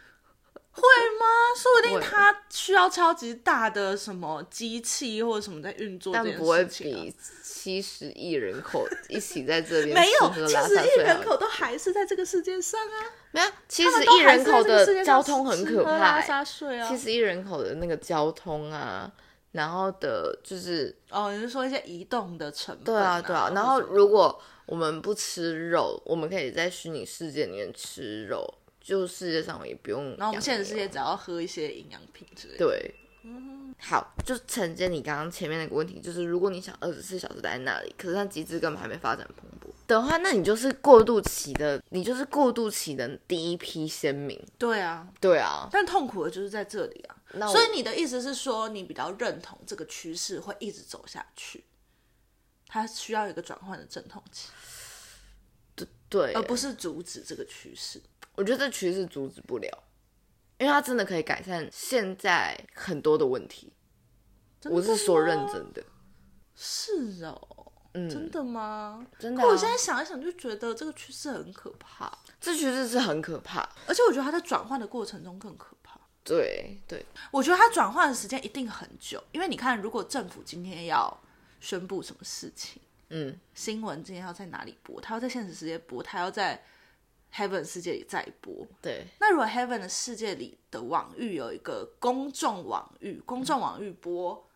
[SPEAKER 2] 会吗？说不定
[SPEAKER 1] 会
[SPEAKER 2] 它需要超级大的什么机器或者什么在运作这
[SPEAKER 1] 但
[SPEAKER 2] 件
[SPEAKER 1] 不会
[SPEAKER 2] 事情啊、
[SPEAKER 1] 比七十亿人口一起在这边
[SPEAKER 2] 没有
[SPEAKER 1] 吃喝
[SPEAKER 2] 七
[SPEAKER 1] 拉
[SPEAKER 2] 十
[SPEAKER 1] 撒
[SPEAKER 2] 亿
[SPEAKER 1] 睡好
[SPEAKER 2] 人口都还是在这个世界上啊，
[SPEAKER 1] 没有七
[SPEAKER 2] 他
[SPEAKER 1] 十
[SPEAKER 2] 们都
[SPEAKER 1] 亿
[SPEAKER 2] 还
[SPEAKER 1] 人
[SPEAKER 2] 是
[SPEAKER 1] 口
[SPEAKER 2] 在这个世
[SPEAKER 1] 的
[SPEAKER 2] 界
[SPEAKER 1] 交
[SPEAKER 2] 上
[SPEAKER 1] 通很
[SPEAKER 2] 吃
[SPEAKER 1] 可
[SPEAKER 2] 喝
[SPEAKER 1] 怕、
[SPEAKER 2] 拉
[SPEAKER 1] 欸。
[SPEAKER 2] 撒睡啊
[SPEAKER 1] 七！十亿人口的那个交通啊，然后的就是
[SPEAKER 2] 哦，你是说一些移动的成本、
[SPEAKER 1] 对啊对啊，然后
[SPEAKER 2] 或者什么
[SPEAKER 1] 如果我们不吃肉，我们可以在虚拟世界里面吃肉，就世界上也不用养牛。啊
[SPEAKER 2] 然后我们现实世界只要喝一些营养品之类的。
[SPEAKER 1] 对，好，就承接你刚刚前面那个问题，就是如果你想二十四小时待在那里，可是那机制根本还没发展蓬勃的话，那你就是过渡期的，你就是过渡期的第一批先民。
[SPEAKER 2] 对啊，
[SPEAKER 1] 对啊，
[SPEAKER 2] 但痛苦的就是在这里啊。
[SPEAKER 1] 那我
[SPEAKER 2] 所以你的意思是说，你比较认同这个趋势会一直走下去，它需要一个转换的阵痛期，
[SPEAKER 1] 对，
[SPEAKER 2] 而不是阻止这个趋势。
[SPEAKER 1] 我觉得这趋势阻止不了，因为它真的可以改善现在很多的问题。
[SPEAKER 2] 真的
[SPEAKER 1] 我是说
[SPEAKER 2] 吗
[SPEAKER 1] 认真的，
[SPEAKER 2] 是哦，真的吗？
[SPEAKER 1] 真的、
[SPEAKER 2] 可
[SPEAKER 1] 啊。
[SPEAKER 2] 我现在想一想，就觉得这个趋势很可怕，
[SPEAKER 1] 这趋势是很可怕。
[SPEAKER 2] 而且我觉得它在转换的过程中更可怕。
[SPEAKER 1] 对对，
[SPEAKER 2] 我觉得它转换的时间一定很久，因为你看，如果政府今天要宣布什么事情，
[SPEAKER 1] 嗯，
[SPEAKER 2] 新闻今天要在哪里播，它要在现实世界播，它要在 Heaven 世界里再播。
[SPEAKER 1] 对
[SPEAKER 2] 那如果 Heaven 的世界里的网域有一个公众网域，公众网域播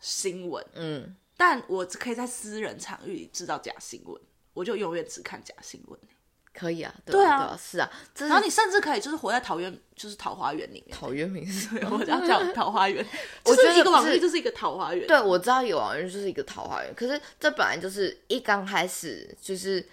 [SPEAKER 2] 新闻，
[SPEAKER 1] 嗯，
[SPEAKER 2] 但我只可以在私人场域里制造假新闻，我就永远只看假新闻。
[SPEAKER 1] 可以啊，
[SPEAKER 2] 对
[SPEAKER 1] 对
[SPEAKER 2] 啊
[SPEAKER 1] 啊，对啊是啊，这
[SPEAKER 2] 然后
[SPEAKER 1] 是
[SPEAKER 2] 你甚至可以就是活在桃园，就是桃花源里面。
[SPEAKER 1] 陶渊明是什么？
[SPEAKER 2] 我要叫桃花源，
[SPEAKER 1] 我
[SPEAKER 2] 就
[SPEAKER 1] 觉得
[SPEAKER 2] 是一个
[SPEAKER 1] 不
[SPEAKER 2] 网域
[SPEAKER 1] 是
[SPEAKER 2] 就是一个桃花 源。
[SPEAKER 1] 对，我知道有网友就是一个桃花源，可是这本来就是一刚开始，就是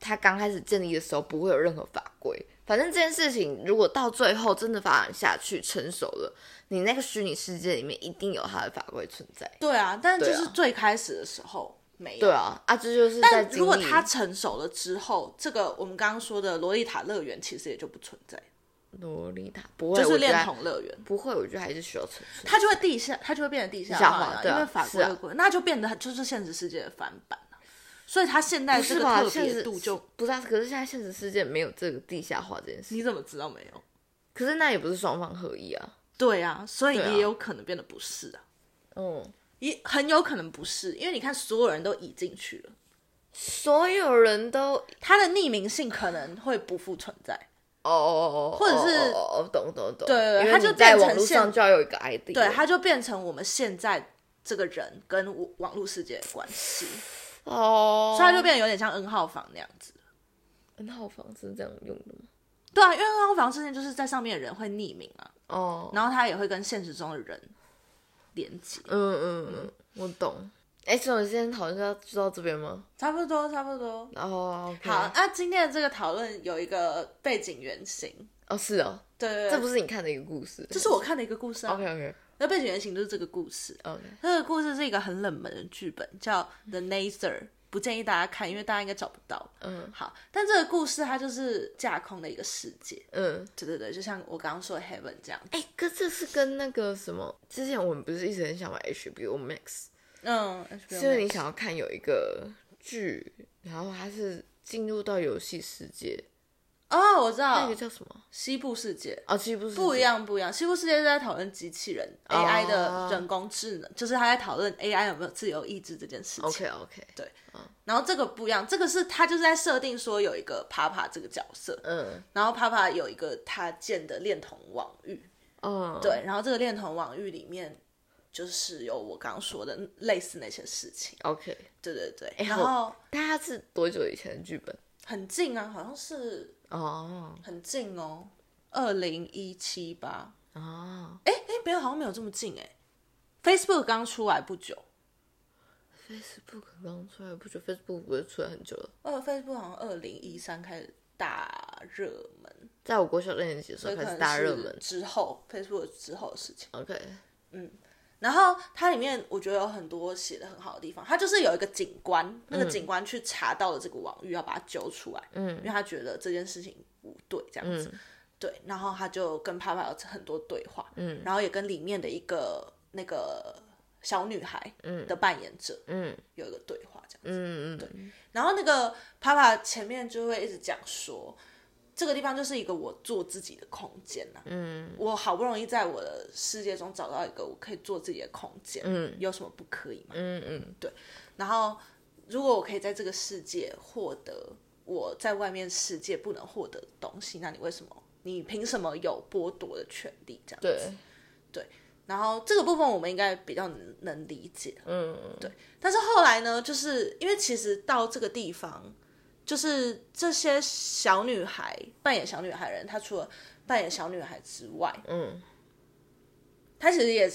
[SPEAKER 1] 他刚开始建立的时候不会有任何法规。反正这件事情如果到最后真的发展下去，成熟了，你那个虚拟世界里面一定有它的法规存在。
[SPEAKER 2] 对啊，但就
[SPEAKER 1] 对啊
[SPEAKER 2] 是最开始的时候没有。
[SPEAKER 1] 对啊，啊，这就是在
[SPEAKER 2] 但
[SPEAKER 1] 经历
[SPEAKER 2] 如果它成熟了之后，这个我们刚刚说的洛丽塔乐园其实也就不存在，
[SPEAKER 1] 洛丽塔不会，
[SPEAKER 2] 就是
[SPEAKER 1] 我觉
[SPEAKER 2] 恋
[SPEAKER 1] 得
[SPEAKER 2] 童乐园，
[SPEAKER 1] 不会，我觉得还是需要成熟。
[SPEAKER 2] 它就会地下，它就会变成地下
[SPEAKER 1] 地下
[SPEAKER 2] 化
[SPEAKER 1] 化
[SPEAKER 2] 了，
[SPEAKER 1] 对啊
[SPEAKER 2] 因为法国
[SPEAKER 1] 是
[SPEAKER 2] 的
[SPEAKER 1] 啊
[SPEAKER 2] 国，那就变得就是现实世界的翻版了所以它现在
[SPEAKER 1] 不
[SPEAKER 2] 这
[SPEAKER 1] 是
[SPEAKER 2] 个
[SPEAKER 1] 吧？
[SPEAKER 2] 特
[SPEAKER 1] 现
[SPEAKER 2] 别
[SPEAKER 1] 实
[SPEAKER 2] 度就，
[SPEAKER 1] 不是啊，可是现在现实世界没有这个地下化这件事，
[SPEAKER 2] 你怎么知道没有？
[SPEAKER 1] 可是那也不是双方合意啊。
[SPEAKER 2] 对啊，所以
[SPEAKER 1] 对啊
[SPEAKER 2] 也有可能变得不是啊，
[SPEAKER 1] 嗯，
[SPEAKER 2] 也很有可能不是，因为你看所有人都移进去了，
[SPEAKER 1] 所有人都
[SPEAKER 2] 它的匿名性可能会不复存在。
[SPEAKER 1] 哦哦哦，
[SPEAKER 2] 或者是
[SPEAKER 1] 哦哦哦懂懂懂，
[SPEAKER 2] 对对
[SPEAKER 1] 因为
[SPEAKER 2] 他就
[SPEAKER 1] 你在
[SPEAKER 2] 变成
[SPEAKER 1] 网络
[SPEAKER 2] 现
[SPEAKER 1] 上就要有一个 ID，
[SPEAKER 2] 对，它就变成我们现在这个人跟网网络世界的关系，
[SPEAKER 1] 哦，
[SPEAKER 2] 所以它就变得有点像 N 号房那样子。
[SPEAKER 1] N 号房是这样用的吗？
[SPEAKER 2] 对啊，因为 N 号房之前就是在上面的人会匿名啊，
[SPEAKER 1] 哦，
[SPEAKER 2] 然后他也会跟现实中的人连接，
[SPEAKER 1] 嗯嗯嗯，我懂。哎，所以我们今天讨论就要就到这边吗？哦
[SPEAKER 2] 差不多，差不多。
[SPEAKER 1] 然后
[SPEAKER 2] 好，，那今天的这个讨论有一个背景原型，
[SPEAKER 1] 哦是哦，
[SPEAKER 2] 对对对，
[SPEAKER 1] 这不是你看的一个故事，
[SPEAKER 2] 这是我看的一个故事啊
[SPEAKER 1] OK。OK
[SPEAKER 2] 那背景原型就是这个故事，
[SPEAKER 1] OK，
[SPEAKER 2] 这个故事是一个很冷门的剧本，叫《The Nazer》，不建议大家看，因为大家应该找不到。
[SPEAKER 1] 嗯
[SPEAKER 2] 好，但这个故事它就是架空的一个世界，
[SPEAKER 1] 嗯。
[SPEAKER 2] 对对对，就像我刚刚说的 Heaven 这样。
[SPEAKER 1] 哎，可这是跟那个什么，之前我们不是一直很想买 HBO Max，
[SPEAKER 2] 嗯，
[SPEAKER 1] 是因为你想要看有一个剧，然后它是进入到游戏世界，
[SPEAKER 2] 哦，我知
[SPEAKER 1] 那
[SPEAKER 2] 道
[SPEAKER 1] 个叫什么？
[SPEAKER 2] 西部世界
[SPEAKER 1] 哦，其实不是哦
[SPEAKER 2] 不一样，不一样。西部世界是在讨论机器人 AI 的人工智能，就是他在讨论 AI 有没有自由意志这件事情。
[SPEAKER 1] OK OK，
[SPEAKER 2] 然后这个不一样，这个是他就是在设定说有一个 Papa 这个角色，
[SPEAKER 1] 嗯
[SPEAKER 2] 然后 Papa 有一个他建的恋童网域，
[SPEAKER 1] 嗯，
[SPEAKER 2] 对，然后这个恋童网域里面就是有我刚刚说的类似那些事情，
[SPEAKER 1] ，OK。
[SPEAKER 2] 对对对，
[SPEAKER 1] 哎
[SPEAKER 2] 然
[SPEAKER 1] 好
[SPEAKER 2] 后
[SPEAKER 1] 但它是多久以前的剧本？
[SPEAKER 2] 很近啊，好像是
[SPEAKER 1] 哦
[SPEAKER 2] 很近哦，二零一七吧，
[SPEAKER 1] 哦
[SPEAKER 2] 哎哎，没有，好像没有这么近哎。Facebook 刚出来不久，
[SPEAKER 1] ，Facebook 刚出来不久，Facebook 不是出来很久了，
[SPEAKER 2] 呃，Facebook 好像二零一三开始大热门，
[SPEAKER 1] 在我国小六年级的时
[SPEAKER 2] 所
[SPEAKER 1] 候
[SPEAKER 2] 以可
[SPEAKER 1] 开
[SPEAKER 2] 能
[SPEAKER 1] 始大热门
[SPEAKER 2] 是。之后 Facebook 之后的事情。
[SPEAKER 1] OK，
[SPEAKER 2] 然后它里面我觉得有很多写的很好的地方，它就是有一个警官，那个警官去查到了这个网域，要把它揪出来，嗯嗯，因嗯为他觉得这件事情不对，这样子，对，然后他就跟爸爸有很多对话，嗯，然后也跟里面的一个那个小女孩，嗯，的扮演者，
[SPEAKER 1] 嗯
[SPEAKER 2] 有一个对话，这样子，
[SPEAKER 1] 嗯嗯嗯，
[SPEAKER 2] 然后那个爸爸前面就会一直讲说，这个地方就是一个我做自己的空间呐、嗯，我好不容易在我的世界中找到一个我可以做自己的空间，嗯，有什么不可以嘛？
[SPEAKER 1] 嗯嗯
[SPEAKER 2] 然后如果我可以在这个世界获得我在外面世界不能获得的东西，那你为什么？你凭什么有剥夺的权利？这样子
[SPEAKER 1] 对，
[SPEAKER 2] 然后这个部分我们应该比较能能理解，
[SPEAKER 1] 嗯
[SPEAKER 2] 对，但是后来呢，就是因为其实到这个地方，就是这些小女孩扮演小女孩的人，她除了扮演小女孩之外，
[SPEAKER 1] 嗯
[SPEAKER 2] 她其实也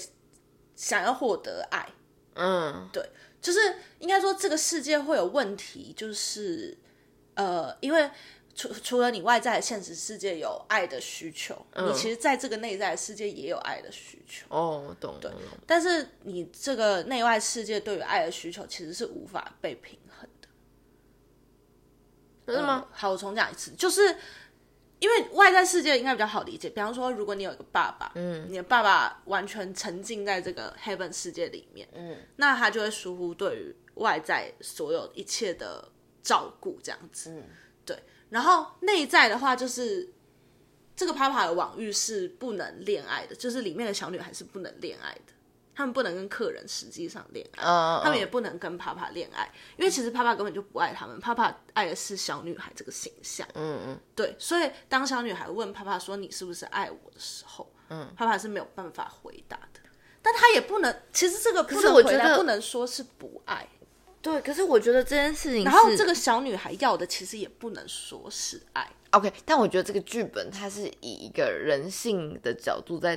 [SPEAKER 2] 想要获得爱，
[SPEAKER 1] 嗯
[SPEAKER 2] 对，就是应该说这个世界会有问题，就是呃，因为除除了你外在的现实世界有爱的需求，你其实在这个内在的世界也有爱的需求，
[SPEAKER 1] 哦，懂懂懂，
[SPEAKER 2] 但是你这个内外世界对于爱的需求其实是无法被平衡的。
[SPEAKER 1] 真的吗
[SPEAKER 2] 嗯？好，我重讲一次，就是因为外在世界应该比较好理解。比方说，如果你有一个爸爸，嗯，你的爸爸完全沉浸在这个 heaven 世界里面，嗯，那他就会疏忽对于外在所有一切的照顾，这样子，嗯，对。然后内在的话，就是这个 Papa 的网域是不能恋爱的，就是里面的小女孩是不能恋爱的，他们不能跟客人实际上恋爱。
[SPEAKER 1] 嗯，
[SPEAKER 2] 他们
[SPEAKER 1] 嗯
[SPEAKER 2] 也不能跟帕帕恋爱，因为其实帕帕根本就不爱他们，帕帕爱的是小女孩这个形象。
[SPEAKER 1] 嗯嗯
[SPEAKER 2] 对，所以当小女孩问帕帕说你是不是爱我的时候，嗯，帕帕是没有办法回答的。但他也不能，其实这个不
[SPEAKER 1] 是
[SPEAKER 2] 能
[SPEAKER 1] 我
[SPEAKER 2] 回
[SPEAKER 1] 觉
[SPEAKER 2] 答，
[SPEAKER 1] 得
[SPEAKER 2] 不能说是不爱。
[SPEAKER 1] 对，可是我觉得这件事情，
[SPEAKER 2] 然后这个小女孩要的其实也不能说是爱，
[SPEAKER 1] OK，但我觉得这个剧本它是以一个人性的角度在，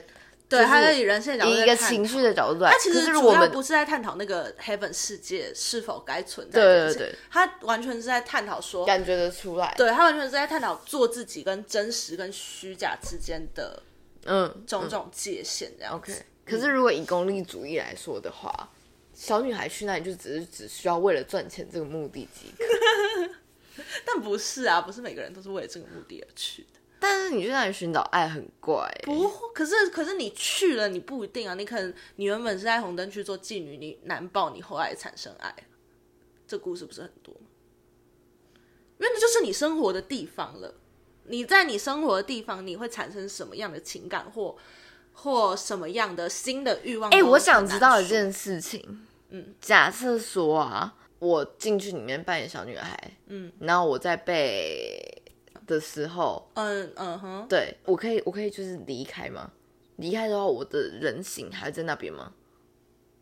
[SPEAKER 1] 就
[SPEAKER 2] 对，
[SPEAKER 1] 是
[SPEAKER 2] 他在以人性的角度
[SPEAKER 1] 以一
[SPEAKER 2] 在
[SPEAKER 1] 个
[SPEAKER 2] 看
[SPEAKER 1] 情绪的角度在。
[SPEAKER 2] 他其
[SPEAKER 1] 可
[SPEAKER 2] 实
[SPEAKER 1] 是如
[SPEAKER 2] 主
[SPEAKER 1] 果我
[SPEAKER 2] 要
[SPEAKER 1] 们
[SPEAKER 2] 不是在探讨那个 heaven 世界是否该存在
[SPEAKER 1] 对
[SPEAKER 2] 这件事，
[SPEAKER 1] 对对
[SPEAKER 2] 他完全是在探讨说，
[SPEAKER 1] 感觉得出来，
[SPEAKER 2] 对他完全是在探讨做自己跟真实跟虚假之间的
[SPEAKER 1] 嗯
[SPEAKER 2] 种种界限，这样子。
[SPEAKER 1] ，OK。可是如果以功利主义来说的话，小女孩去那里就只是只需要为了赚钱这个目的即可。
[SPEAKER 2] 但不是啊，不是每个人都是为了这个目的而去的。
[SPEAKER 1] 但是你去那里寻找爱很怪、欸
[SPEAKER 2] 不会，可是可是你去了，你不一定啊。你可能你原本是在红灯区做妓女，你难报你后来产生爱，这故事不是很多吗？因为那就是你生活的地方了。你在你生活的地方，你会产生什么样的情感或或什么样的新的欲望？
[SPEAKER 1] 哎、
[SPEAKER 2] 哎、
[SPEAKER 1] 我想知道一件事情。嗯，假设说啊，我进去里面扮演小女孩，嗯，然后我在背的时候，
[SPEAKER 2] 嗯嗯哼，
[SPEAKER 1] 对我可以，我可以就是离开吗？离开的话，我的人形还在那边吗？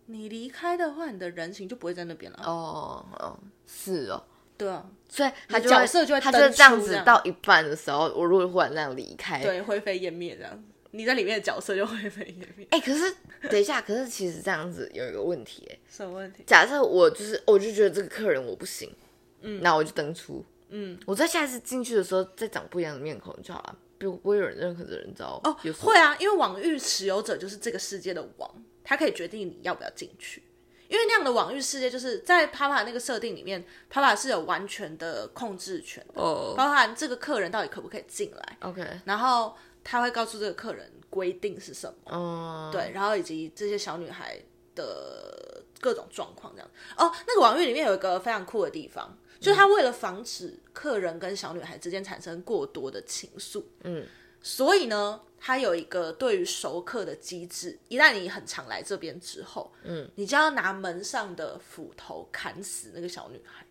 [SPEAKER 2] 你离开的话，你的人形就不会在那边了。
[SPEAKER 1] 哦哦，是哦，
[SPEAKER 2] 对啊，
[SPEAKER 1] 所以他
[SPEAKER 2] 你
[SPEAKER 1] 就
[SPEAKER 2] 角色就会
[SPEAKER 1] 他就会
[SPEAKER 2] 登出
[SPEAKER 1] 这样
[SPEAKER 2] 这
[SPEAKER 1] 子
[SPEAKER 2] 样
[SPEAKER 1] 到一半的时候，我如果忽然那样离开，
[SPEAKER 2] 对，灰飞烟灭这样。你在里面的角色就灰飞烟 灭，
[SPEAKER 1] 哎、可是等一下，可是其实这样子有一个问题、哎，
[SPEAKER 2] 什么问题？
[SPEAKER 1] 假设我就是，哦我就觉得这个客人我不行，嗯，那我就登出，嗯，我在下一次进去的时候再长不一样的面孔就好了，不不会有人任何的人知道
[SPEAKER 2] 哦
[SPEAKER 1] 有，什么
[SPEAKER 2] 会啊，因为网域持有者就是这个世界的王，他可以决定你要不要进去。因为那样的网域世界，就是在 Papa 那个设定里面，Papa 是有完全的控制权的，
[SPEAKER 1] 哦
[SPEAKER 2] 包含这个客人到底可不可以进来，
[SPEAKER 1] ，OK，
[SPEAKER 2] 然后他会告诉这个客人规定是什么。
[SPEAKER 1] 嗯，，
[SPEAKER 2] 对，然后以及这些小女孩的各种状况这样。哦，那个网域里面有一个非常酷的地方，就是他为了防止客人跟小女孩之间产生过多的情愫，
[SPEAKER 1] 嗯，
[SPEAKER 2] 所以呢，他有一个对于熟客的机制，一旦你很常来这边之后，嗯，你就要拿门上的斧头砍死那个小女孩。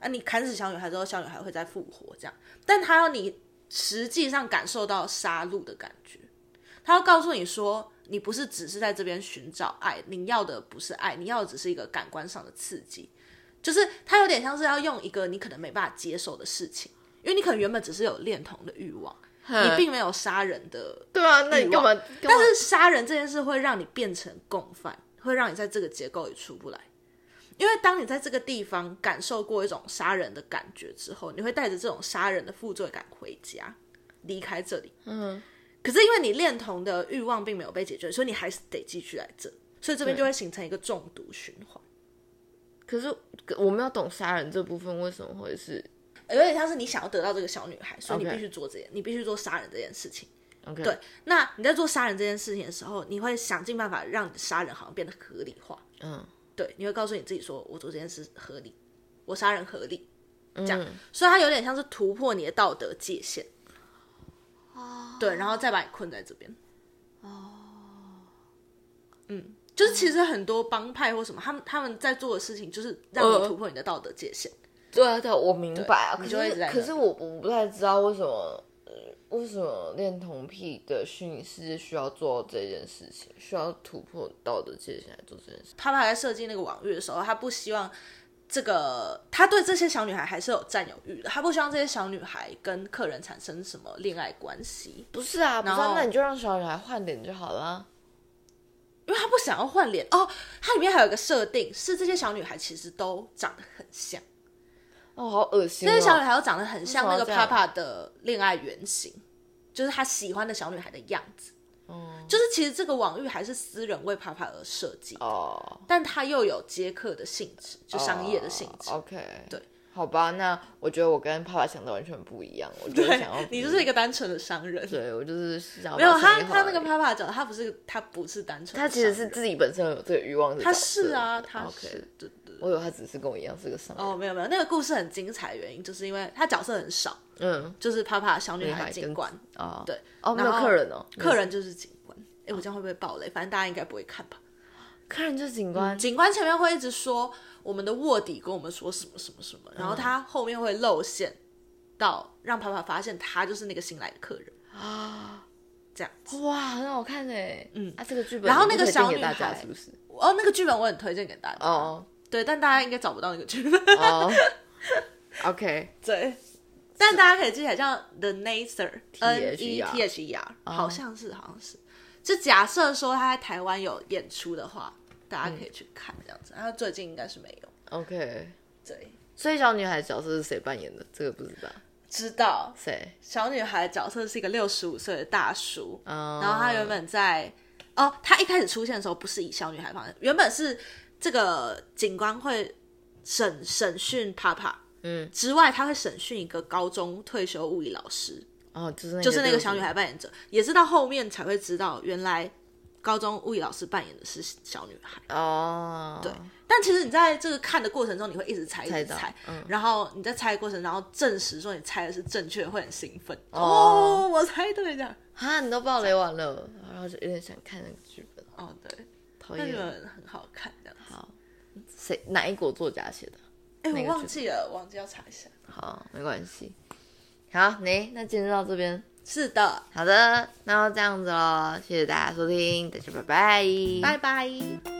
[SPEAKER 2] 啊，你砍死小女孩之后，小女孩会再复活，这样，但他要你实际上感受到杀戮的感觉。他要告诉你说，你不是只是在这边寻找爱，你要的不是爱，你要的只是一个感官上的刺激，就是他有点像是要用一个你可能没办法接受的事情，因为你可能原本只是有恋童的欲望，你并没有杀人的，
[SPEAKER 1] 对啊，那你干嘛？干
[SPEAKER 2] 但
[SPEAKER 1] 嘛
[SPEAKER 2] 是杀人这件事会让你变成共犯，会让你在这个结构里出不来。因为当你在这个地方感受过一种杀人的感觉之后，你会带着这种杀人的负罪感回家，离开这里。
[SPEAKER 1] 嗯，
[SPEAKER 2] 可是因为你恋童的欲望并没有被解决，所以你还是得继续来这，所以这边就会形成一个中毒循环，
[SPEAKER 1] 可是我没有懂杀人这部分为什么会是
[SPEAKER 2] 呃有点像是你想要得到这个小女孩，所以你
[SPEAKER 1] OK
[SPEAKER 2] 必须做这件你必须做杀人这件事情。
[SPEAKER 1] OK，
[SPEAKER 2] 对，那你在做杀人这件事情的时候，你会想尽办法让你的杀人好像变得合理化，
[SPEAKER 1] 嗯，
[SPEAKER 2] 对，你会告诉你自己说，我做这件事合理，我杀人合理，这样，所以它有点像是突破你的道德界限，哦，对，然后再把你困在这边，哦，嗯，就是其实很多帮派或什么，他们他们在做的事情就是让你
[SPEAKER 1] 呃
[SPEAKER 2] 突破你的道德界限，
[SPEAKER 1] 对啊，对啊，我明白啊。
[SPEAKER 2] 对
[SPEAKER 1] 可
[SPEAKER 2] 你就会一直
[SPEAKER 1] 是
[SPEAKER 2] 在那
[SPEAKER 1] 可是我我不太知道为什么，呃为什么恋童癖的虚拟世界需要做这件事情，需要突破道德界限来做这件事。
[SPEAKER 2] 他爸在设计那个网域的时候，他不希望这个，他对这些小女孩还是有占有欲的，他不希望这些小女孩跟客人产生什么恋爱关系。
[SPEAKER 1] 不是啊，不是、
[SPEAKER 2] 然
[SPEAKER 1] 啊
[SPEAKER 2] 后，
[SPEAKER 1] 那你就让小女孩换脸就好啦。
[SPEAKER 2] 因为他不想要换脸哦。它里面还有一个设定是，这些小女孩其实都长得很像，
[SPEAKER 1] 哦，好恶心、哦。
[SPEAKER 2] 这些小女孩都长得很像那个
[SPEAKER 1] 为什么要这
[SPEAKER 2] Papa 的恋爱原型，就是他喜欢的小女孩的样子。
[SPEAKER 1] 嗯
[SPEAKER 2] 就是其实这个网域还是私人为 Papa 而设计的，
[SPEAKER 1] 哦，
[SPEAKER 2] 但它又有接客的性质，就商业的性质。
[SPEAKER 1] 哦 OK，
[SPEAKER 2] 对，
[SPEAKER 1] 好吧，那我觉得我跟爸爸想的完全不一样。我就是想 要嗯
[SPEAKER 2] 对，，你就是一个单纯的商人。
[SPEAKER 1] 对我就是想要
[SPEAKER 2] 没有
[SPEAKER 1] 把生
[SPEAKER 2] 他，
[SPEAKER 1] 意
[SPEAKER 2] 他
[SPEAKER 1] 画
[SPEAKER 2] 那个
[SPEAKER 1] 而已
[SPEAKER 2] Papa 角，他不是他不是单纯的商人，
[SPEAKER 1] 他其实是自己本身有这个欲望的角
[SPEAKER 2] 他
[SPEAKER 1] 色。哦
[SPEAKER 2] 是啊，他
[SPEAKER 1] OK，
[SPEAKER 2] 是对对。对
[SPEAKER 1] 我以为他只是跟我一样是个商人。
[SPEAKER 2] 哦，没有没有，那个故事很精彩，的原因就是因为他角色很少，
[SPEAKER 1] 嗯，
[SPEAKER 2] 就是啪啪小女
[SPEAKER 1] 女
[SPEAKER 2] 孩
[SPEAKER 1] 孩
[SPEAKER 2] 警
[SPEAKER 1] 跟
[SPEAKER 2] 官，
[SPEAKER 1] 哦，
[SPEAKER 2] 对，
[SPEAKER 1] 哦，没有
[SPEAKER 2] 然后
[SPEAKER 1] 客人哦，
[SPEAKER 2] 客人就是警官。哎，我这样会不会爆雷？反正大家应该不会看吧。
[SPEAKER 1] 客人就是警官。
[SPEAKER 2] 警官前面会一直说我们的卧底跟我们说什么什么什么，然后他后面会露馅到让啪啪发现他就是那个新来的客人啊，这样子。
[SPEAKER 1] 哇，很好看哎，
[SPEAKER 2] 嗯
[SPEAKER 1] 啊，这个剧本，
[SPEAKER 2] 然后那个小女
[SPEAKER 1] 大家
[SPEAKER 2] 孩
[SPEAKER 1] 是不是？
[SPEAKER 2] 哦，那个剧本我很推荐给大家，
[SPEAKER 1] 哦
[SPEAKER 2] 对，但大家应该找不到那个剧本。
[SPEAKER 1] 哦，OK，
[SPEAKER 2] 对，但大家可以记起来叫 The Nature N E T H E R，
[SPEAKER 1] 哦
[SPEAKER 2] 好像是，好像是。就假设说他在台湾有演出的话，大家可以去看这样子。然后最近应该是没有，
[SPEAKER 1] OK，
[SPEAKER 2] 对，
[SPEAKER 1] 所以小女孩角色是谁扮演的？这个不知道
[SPEAKER 2] 知道
[SPEAKER 1] 谁。
[SPEAKER 2] 小女孩角色是一个六十五岁的大叔，
[SPEAKER 1] 嗯，
[SPEAKER 2] 然后他原本在哦，他一开始出现的时候不是以小女孩方式，原本是这个警官会审审讯 Papa，
[SPEAKER 1] 嗯，
[SPEAKER 2] 之外他会审讯一个高中退休物理老师，
[SPEAKER 1] 哦，就是那
[SPEAKER 2] 就是那个
[SPEAKER 1] 六十
[SPEAKER 2] 小女孩扮演者，也是到后面才会知道，原来高中物理老师扮演的是小女孩。
[SPEAKER 1] 哦，对，
[SPEAKER 2] 但其实你在这个看的过程中，你会一直猜，一
[SPEAKER 1] 猜
[SPEAKER 2] 直
[SPEAKER 1] 到
[SPEAKER 2] 猜，
[SPEAKER 1] 嗯
[SPEAKER 2] 然后你在猜的过程，然后证实说你猜的是正确，会很兴奋。
[SPEAKER 1] 哦
[SPEAKER 2] 哦，我猜对这样。
[SPEAKER 1] 哈，啊你都爆雷完了，然后就有点想看那个剧本，
[SPEAKER 2] 哦，对，
[SPEAKER 1] 讨
[SPEAKER 2] 那
[SPEAKER 1] 厌。
[SPEAKER 2] 个很好看这样子。
[SPEAKER 1] 好，谁哪一国作家写的？
[SPEAKER 2] 哎、
[SPEAKER 1] 哪
[SPEAKER 2] 我
[SPEAKER 1] 个
[SPEAKER 2] 忘
[SPEAKER 1] 剧
[SPEAKER 2] 记了，忘记要查一下。
[SPEAKER 1] 好，没关系。好，你那今天就到这边。
[SPEAKER 2] 是的，
[SPEAKER 1] 好的，那就这样子喽，谢谢大家收听，大家拜拜，
[SPEAKER 2] 拜拜。